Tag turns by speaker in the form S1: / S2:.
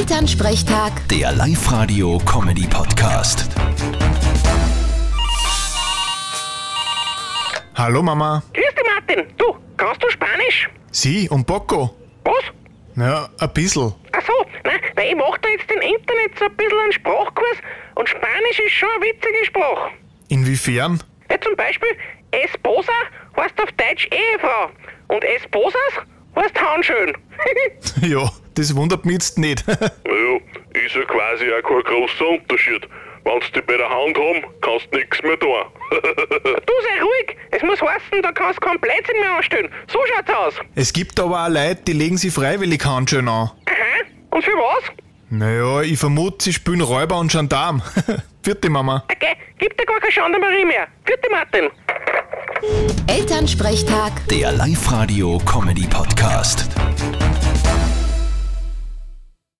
S1: Elternsprechtag,
S2: Der Live-Radio-Comedy-Podcast.
S3: Hallo Mama.
S4: Grüß dich, Martin. Du, kannst du Spanisch?
S3: Sie und Bocco.
S4: Was?
S3: Naja, ein bisschen.
S4: Ach so, nein, weil ich mache da jetzt im Internet so ein bisschen einen Sprachkurs und Spanisch ist schon eine witzige Sprache.
S3: Inwiefern?
S4: Ja, zum Beispiel, Esposa heißt auf Deutsch Ehefrau und Esposas heißt Handschön.
S3: Ja, das wundert mich jetzt nicht.
S5: Naja, ist ja quasi auch kein großer Unterschied. Wenn sie die bei der Hand haben, kannst nix mehr tun.
S4: du sei ruhig, es muss heißen, da kannst du keinen Blödsinn mehr anstellen. So schaut's aus.
S3: es gibt aber auch Leute, die legen sie freiwillig Handschellen an.
S4: Aha, und für was?
S3: Naja, ich vermute, sie spielen Räuber und Gendarm. Vierte Mama.
S4: Okay, gibt da gar keine Gendarmerie mehr. Vierte Martin.
S1: Elternsprechtag.
S2: Der Live-Radio-Comedy-Podcast.